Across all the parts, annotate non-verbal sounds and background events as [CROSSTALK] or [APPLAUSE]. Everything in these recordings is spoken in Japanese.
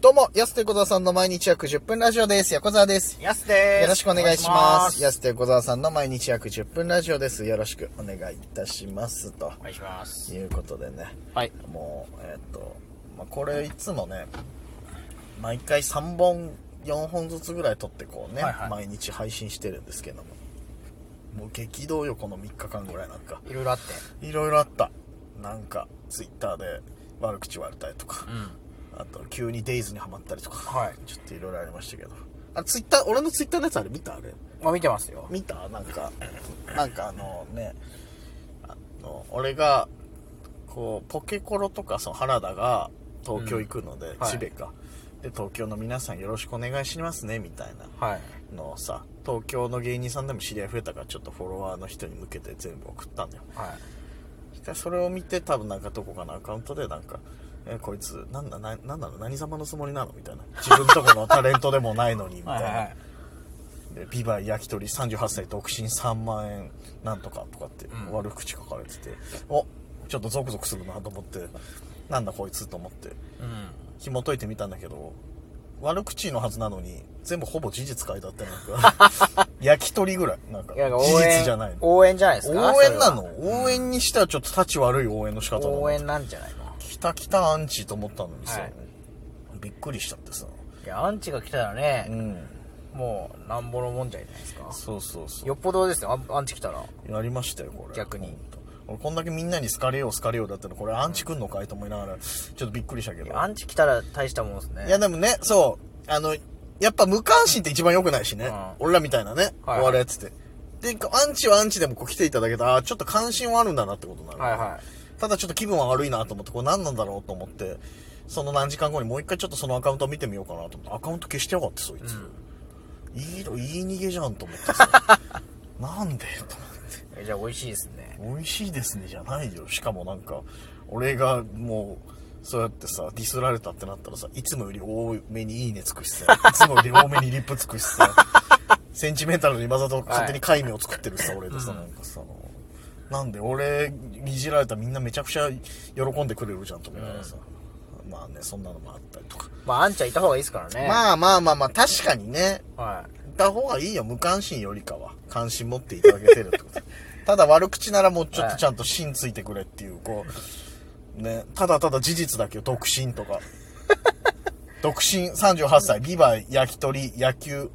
どうも、安手小沢さんの毎日約10分ラジオです。横澤です。やすです。よろしくお願いします。や安手小沢さんの毎日約10分ラジオです。よろしくお願いいたします。とお願いします。いうことでね、はい。もう、えーっ、と、まあ、これいつもね、毎回3本、4本ずつぐらい撮ってこうね、はいはい毎日配信してるんですけども、もう激動よ、この3日間ぐらいなんか。いろいろあって。いろいろあった。なんか、ツイッターで悪口言われたりとか。ん。あと急にデイズにハマったりとか、はいちょっといろいろありましたけどあツイッター俺のツイッターのやつあれ見たあれまあ見てますよ。見たなんかなんかあのねあの俺がこうポケコロとかその原田が東京行くので、はいチベかで東京の皆さんよろしくお願いしますねみたいなはい。のをさ東京の芸人さんでも知り合い増えたからちょっとフォロワーの人に向けて全部送ったんだよはでそれを見て多分なんかどこかのアカウントでなんか「えこいつなんだななんなの何様のつもりなの?」みたいな「自分とこのタレントでもないのに」みい。 [LAUGHS] たいな「でビバイ焼き鳥38歳独身3万円なんとか」とかってん悪口書かれてて、おちょっとゾクゾクするなと思ってなんだこいつと思ってうん。紐解いてみたんだけど悪口のはずなのに全部ほぼ事実書いてあってなん [LAUGHS] か焼き鳥ぐらいなんかいや、なんか事応援。実じゃないの応援じゃないですか応援なのそれは応援にしてはちょっと立ち悪い応援の仕方だなと思っ応て援なんじゃないのきたきたアンチと思ったのにさ、はいびっくりしちゃってさいや、アンチが来たらね、んもう、なんぼのもんじゃないですか。そうそうそよっぽどですよ、アンアンチ来たら。うやりましたよこれ逆にほんと俺こんだけみんなに好かれよう好かれようだったのこれアンチくんのかいと思いながらちょっとびっくりしたけどアンチ来たら大したもんですね。いやでもねそうあのやっぱ無関心って一番良くないしね、うん俺らみたいなね、はいはいお笑いやっててでアンチはアンチでもこう来ていただけたらあーちょっと関心はあるんだなってことになる、はいはただちょっと気分は悪いなと思って、これ何なんだろうと思って、その何時間後にもう一回ちょっとそのアカウントを見てみようかなと思って、アカウント消してやがって、そいつ。いいの、いい逃げじゃんと思ってさ。なんでといえ。じゃあ美味しいですね。思って。美味しいですね、じゃないよ。しかもなんか、俺がもう、そうやってさ、ディスられたってなったらさ、いつもより多めにいいねつくしさ、いつもより多めにリップつくし [LAUGHS] さ、センチメンタルの今里が勝手に戒名を作ってるさ、俺でさ、なんかさ、なんで俺いじられたらみんなめちゃくちゃ喜んでくれるじゃんと思いながらさ、まあね、そんなのもあったりとか。まあ、アンチはいた方がいいですからね。まあまあまあまあ、確かにね、あ。はいた方がいいよ、無関心よりかは。関心持っていただけてるって [LAUGHS] こと。ただ悪口ならもうちょっとちゃんと芯ついてくれっていう、こう、ね、ただただ事実だけど、独身とか。 [LAUGHS] 独身38歳、ビバイ、焼き鳥、野球、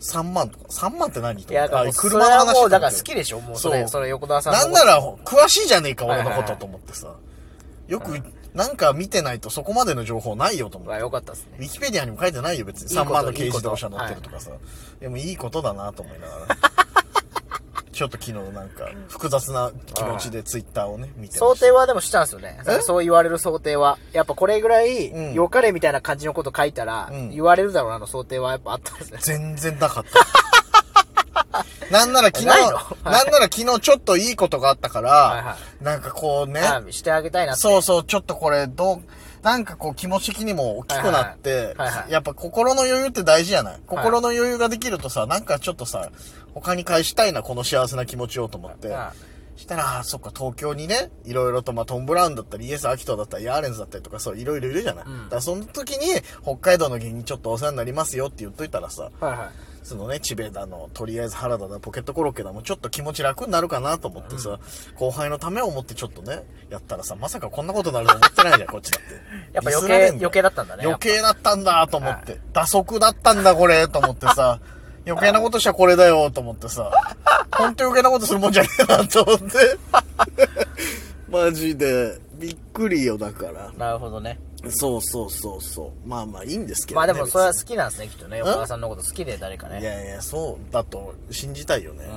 3万とか。3万って何い。いとや、か。だからもうあそれはもう、だから好きででしょもうそれ、そうそれ横田さんのなことんなら、詳しいじゃねえか、俺のはこいはいとはいと思ってさ。よく、なんか見てないとそこまでの情報ないよと思っては良かったですねウ。ィキペディアにも書いてないよ、別に。いいこと3万の軽自動車乗ってるとかさ。でもいいことだなと思いなが [LAUGHS] ら。ちょっと昨日なんか、複雑な気持ちでツイッターをね、見て想ました定はでもしたんですよね。そそう言われる想定は。やっぱこれぐらうい、ん良かれみたいな感じのこと書いたら、うん言われるだろうなの想定はやっぱあったんです [LAUGHS] ね。全然なかった。 [LAUGHS] なんなら昨日、ないのなんなら昨日ちょっといいことがあったから、いはなんかこうね、あしてあげたいなって。そうそう、ちょっとこれ、どう、なんかこう気持ち的にも大きくなって、はいはいはいやっぱ心の余裕って大事じゃない心の余裕ができるとさ、なんかちょっとさ、他に返したいな、この幸せな気持ちをと思って。はしたら、あーそっか、東京にね、いろいろと、まあ、トム・ブラウンだったり、イエス・アキトだったり、ヤーレンズだったりとか、そう、いろいろいるじゃない、んだからその時に、北海道の芸人ちょっとお世話になりますよって言っといたらさ、はいはい。そのね、チベだの、とりあえず原田だ、ポケットコロッケだも、ちょっと気持ち楽になるかなと思ってさ、後輩のためを思ってちょっとね、やったらさ、まさかこんなことになると思ってないじゃん、こっちだって。やっぱディス余ら計れ、んだよ余計だったんだね。余計だったんだと思って、打足だったんだこれと思って [LAUGHS] さ、余計なことしたらこれだよと思ってさ、ほんと余計なことするもんじゃねえなと [LAUGHS] 思って。マジで、びっくりよだから。なるほどね。そうそうそうそう。まあまあいいんですけど、まあね。でもそれは別好きなんですね、きっとね。横田さんのこと好きで誰かにいね。やいや、そうだと信じたいよね。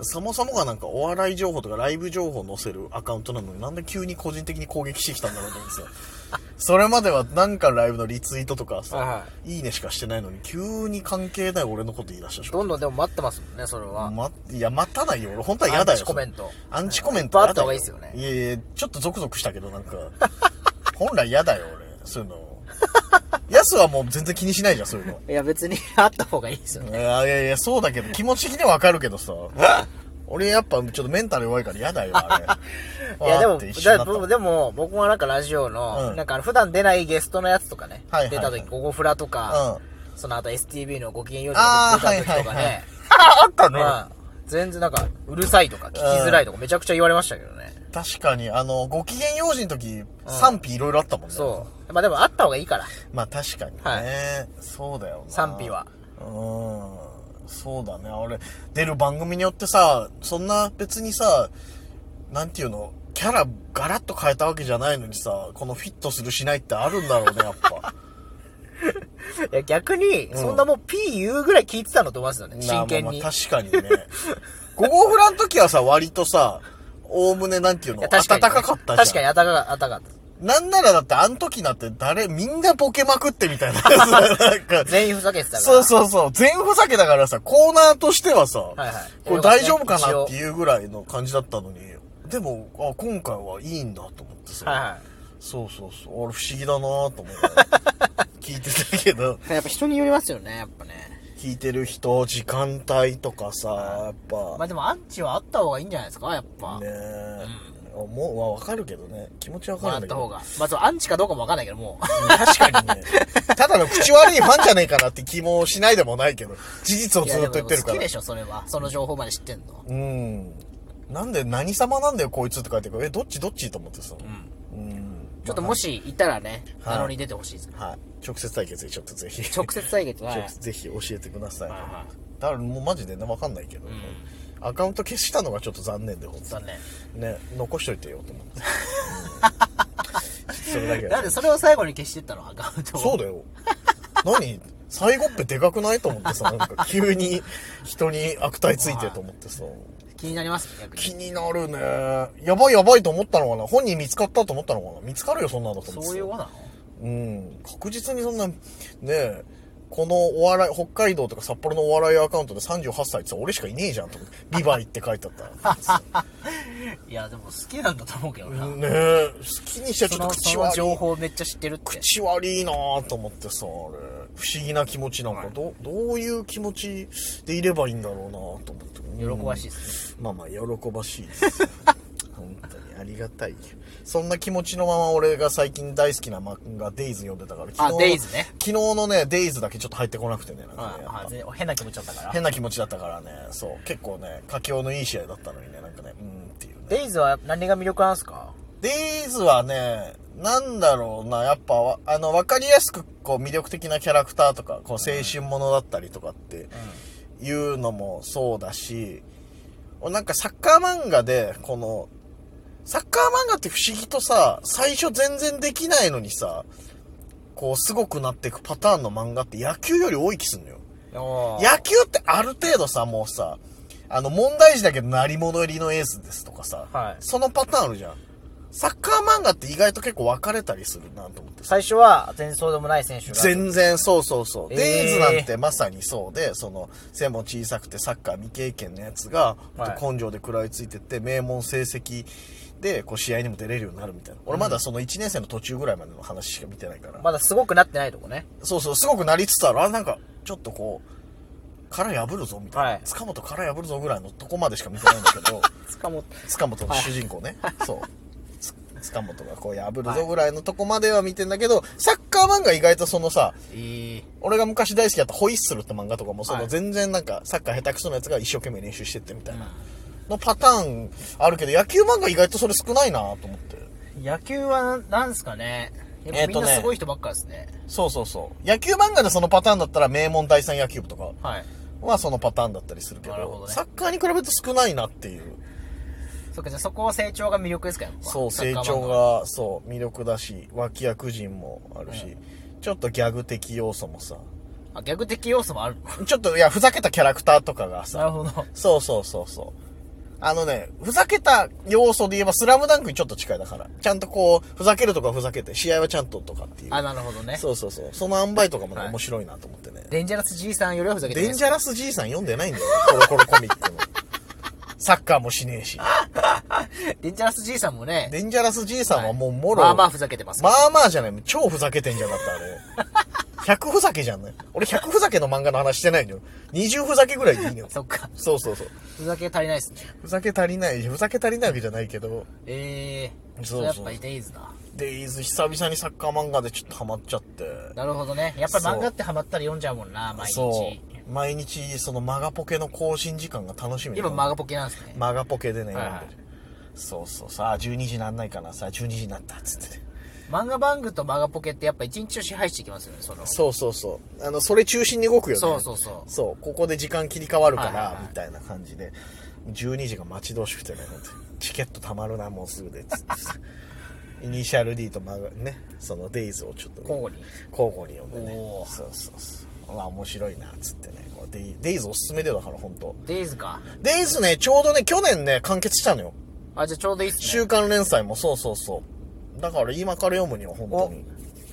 うそもそもがなんかお笑い情報とかライブ情報載せるアカウントなのになんで急に個人的に攻撃してきたんだろうと思ってさ。 [LAUGHS] それまではなんかライブのリツイートとかさ、、はいはいいねしかしてないのに急に関係ない俺のこと言い出したでしどょ。んどんでも待ってますもんね、それは。ま、いや、待たないよ。俺本当は嫌だよ。アンチコメントアンチコメントいっぱいあ嫌っただ方がいいですよねいやいや、ちょっとゾクゾクしたけどなんか、 [LAUGHS] 本来嫌だよ俺、そういうの。ヤスはもう全然気にしないじゃん、そういうの。 [LAUGHS] いや別にあった方がいいですよね。いやいやいや、そうだけど、気持ち的にはわかるけどさ。俺やっぱちょっとメンタル弱いから嫌だよ、あれ。 [LAUGHS] いやでわーっも、て一緒にだなった僕でも、僕はなんかラジオの、うんなんかあの普段出ないゲストのやつとかね、はいはいはい出た時、ゴゴフラとか、その後 STV のごきげんようとか出た時とかね、 [LAUGHS] あったね。うん全然なんか、うるさいとか、聞きづらいとか、めちゃくちゃ言われましたけどね。確かに、あの、ご機嫌用事の時、賛否いろいろあったもんね。そう。まあでも、あった方がいいから、まあ確かにね。はそうだよな。賛否は。うーん。そうだね。俺、出る番組によってさ、そんな別にさ、なんていうの、キャラガラッと変えたわけじゃないのにさ、このフィットするしないってあるんだろうね、やっぱ。いや、逆に、んそんなもう、ピー言うぐらい聞いてたのと思いますよね、なあ真剣まあに。まあ確かに [LAUGHS] ね。ゴゴフラの時はさ、割とさ、おおむねなんていういの、や暖かねかったじゃん。確かに暖かかった。暖かかっなんならだって、あの時なんて誰、みんなボケまくってみたい [LAUGHS] な。なんかた。全員ふざけてたから。そうそうそう。全ふざけだからさ、コーナーとしてはさ、はいはいこれ大丈夫かなっていうぐらいの感じだったのに、でも、あ、今回はいいんだと思ってさ、はいはそうそうそう。俺不思議だなと思って、 [LAUGHS] 聞いてたけど、い。やっぱ人によりますよね、やっぱね。聞いてる人、時間帯とかさ、やっぱ、まあでもアンチはあった方がいいんじゃないですかやっぱ。ねえ、もう、わわかるけどね、気持ちわまかああるっんだけたど。方が。まあそう、アンチかどうかもわかんないけど、もう。うん確かにね。 [LAUGHS] ただの口悪いファンじゃねえかなって気もしないでもないけど、事実をいずやっでと言ってるもか好きらで。しょ、それは。その情報まで知ってんの。うん。なんで、何様なんだよ、こいつって書いてくる。え、どっちどっちと思ってさ。うん。ちょっともし、いたらね、はい名乗り出てほしいですね。はい。直接対決でちょっとぜひ。直接対決は。直接ぜひ教えてください。はいはだからもうマジでね、わかんないけど、アカウント消したのがちょっと残念で、ほんいとそうね。に。ね、残しといてよ、と思って。 [LAUGHS] うんそれだけなんでそれを最後に消してったのアカウントをそうだよ。何最後っぺでかくないと思ってさ、なんか急に人に悪態ついてと思ってさ。気になりますね、逆に。気になるね。やばいやばいと思ったのかな本人見つかったと思ったのかな見つかるよ、そんなのと思ってそういうこととなのうん。確実にそんな、ねえ、このお笑い、北海道とか札幌のお笑いアカウントで38歳ってさ、俺しかいねえじゃんと思って。ビバイって書いてあ [LAUGHS] った。いや、でも好きなんだと思うけどな。ねえ、好きにしちゃちそょっの、と口その悪情い。報めっちゃ知ってるって。口悪いなぁと思ってさ、あれ。不思議な気持ちなんか、どう、どういう気持ちでいればいいんだろうなぁと思って。喜ばしいいですね。まあまあ喜ばしいです [LAUGHS] よ本当にありがたいよそんな気持ちのまま俺が最近大好きな漫画「デイズ読んでたから昨日の Days ね昨日のね「デイズだけちょっと入ってこなくてねなんかはねいやっぱはい全然変な気持ちだったから。変な気持ちだったからねそう結構ね佳境のいい試合だったのにねなんかねうーんっていうねデイズは何が魅力なんですかデイズはねなんだろうなやっぱわあの分かりやすくこう魅力的なキャラクターとかこう青春ものだったりとかって、いうのもそうだし、俺なんかサッカー漫画で、この、サッカー漫画って不思議とさ、最初全然できないのにさ、こうすごくなっていくパターンの漫画って野球より多い気すんのよ。おー野球ってある程度さ、もうさ、あの問題児だけど成り物入りのエースですとかさ、はいそのパターンあるじゃん。サッカー漫画って意外と結構分かれたりするなと思ってさ最初は全然そうでもない選手が。全然そうそうそう、えーデイズなんてまさにそうでその背も小さくてサッカー未経験のやつが、はい根性で食らいついてって名門成績でこう試合にも出れるようになるみたいな俺まだその1年生の途中ぐらいまでの話しか見てないから、まだすごくなってないとこね。そうそうすごくなりつつあるあなんかちょっとこう殻破るぞみたいな、はい塚本殻破るぞぐらいのとこまでしか見てないんだけ [LAUGHS] ど塚本。塚本の主人公ね、そうつ塚本がこう破るぞぐらいのとこまでは見てんだけど、サッカー漫画意外とそのさええ。俺が昔大好きだったホイッスルって漫画とかもそはのい全然なんかサッカー下手くそなやつが一生懸命練習してってみたいなのパターンあるけど野球漫画意外とそれ少ないなと思って野球はなんですかねやっぱみんなすごい人ばっかですね。そうそうそう野球漫画でそのパターンだったら名門第三野球部とかはい。はそのパターンだったりするけどなるほどねサッカーに比べて少ないなっていうそっか、じゃあそこは成長が魅力ですかやっぱそうサッ成カー漫画長がそう魅力だし脇役陣もあるし、ちょっとギャグ的要素もさあ、逆的要素もある。ちょっといやふざけたキャラクターとかがさなるほど。そうそうそうそう。あのね、ふざけた要素で言えば、スラムダンクにちょっと近いだから。ちゃんとこう、ふざけるとかふざけて、試合はちゃんととかっていう。あ、なるほどね。そうそうそう。その塩梅とかもね、はい面白いなと思ってね。デンジャラス G さんよりはふざけてないデでンすジャラス G さん読んでないんだよ、コロコロコミックの。サッカーもしねえし。デンジャラス G さんもね、デンジャラス G さんはもうもろ、まあまあふざけてますけどまあまあじゃない、超ふざけてんじゃなかった、あれ。 100ふざけじゃんね。俺100ふざけの漫画の話してないのよ。20ふざけぐらいでいいのよ。そっか。そうそうそう。ふざけ足りないっすね。ふざけ足りない。ふざけ足りないわけじゃないけど、ええー。そうそうそれやっぱいていいですな。デイズ久々にサッカー漫画でちょっとハマっちゃって。なるほどね。やっぱり漫画ってハマったら読んじゃうもんな、毎そ日。う。毎日、そのマガポケの更新時間が楽しみ今、マガポケなんですね。マガポケでね、はいはい読んでる。そうそう。さあ、12時なんないかな。さあ、12時になった。つって。漫画バングとマガポケってやっぱ一日を支配していきますよね、その。そうそうそう。あの、それ中心に動くよね。そうそうそうそう、ここで時間切り替わるから、はいはいはいみたいな感じで。12時が待ち遠しくてね、本当にチケット貯まるな、もうすぐで。つってイニシャル D とマガ、ね、そのデイズをちょっと、交互に。交互に読んでねお。ーそうそうそう。まあ面白いな、つってね。こうデイデイズおすすめでだから、本当デイズか。デイズね、ちょうどね、去年ね、完結したのよ。あ、じゃあちょうどいいっすね。週刊連載もそうそうそう。だから今から読むには本当にいい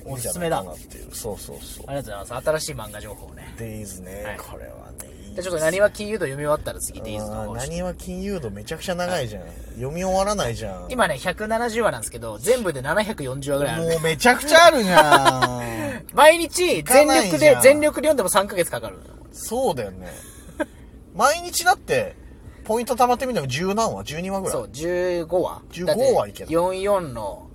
おんじゃないかなっていう。そうそうそうあ。りがとうございます。新しい漫画情報をね。デイズね、はいこれはねいいじゃあちょっと何は金融度読み終わったら次デイズのあー方何は金融度めちゃくちゃ長いじゃん、読み終わらないじゃん今ね、170話なんですけど、全部で740話ぐらいあるんもで。うめちゃくちゃあるじゃ [LAUGHS] ん毎日、か全ないじゃん力で、全力で読んでも3ヶ月かかる。そうだよね毎日だってポイント貯まってみても十何話12話ぐらいそう、15話。 15話いけだるって44の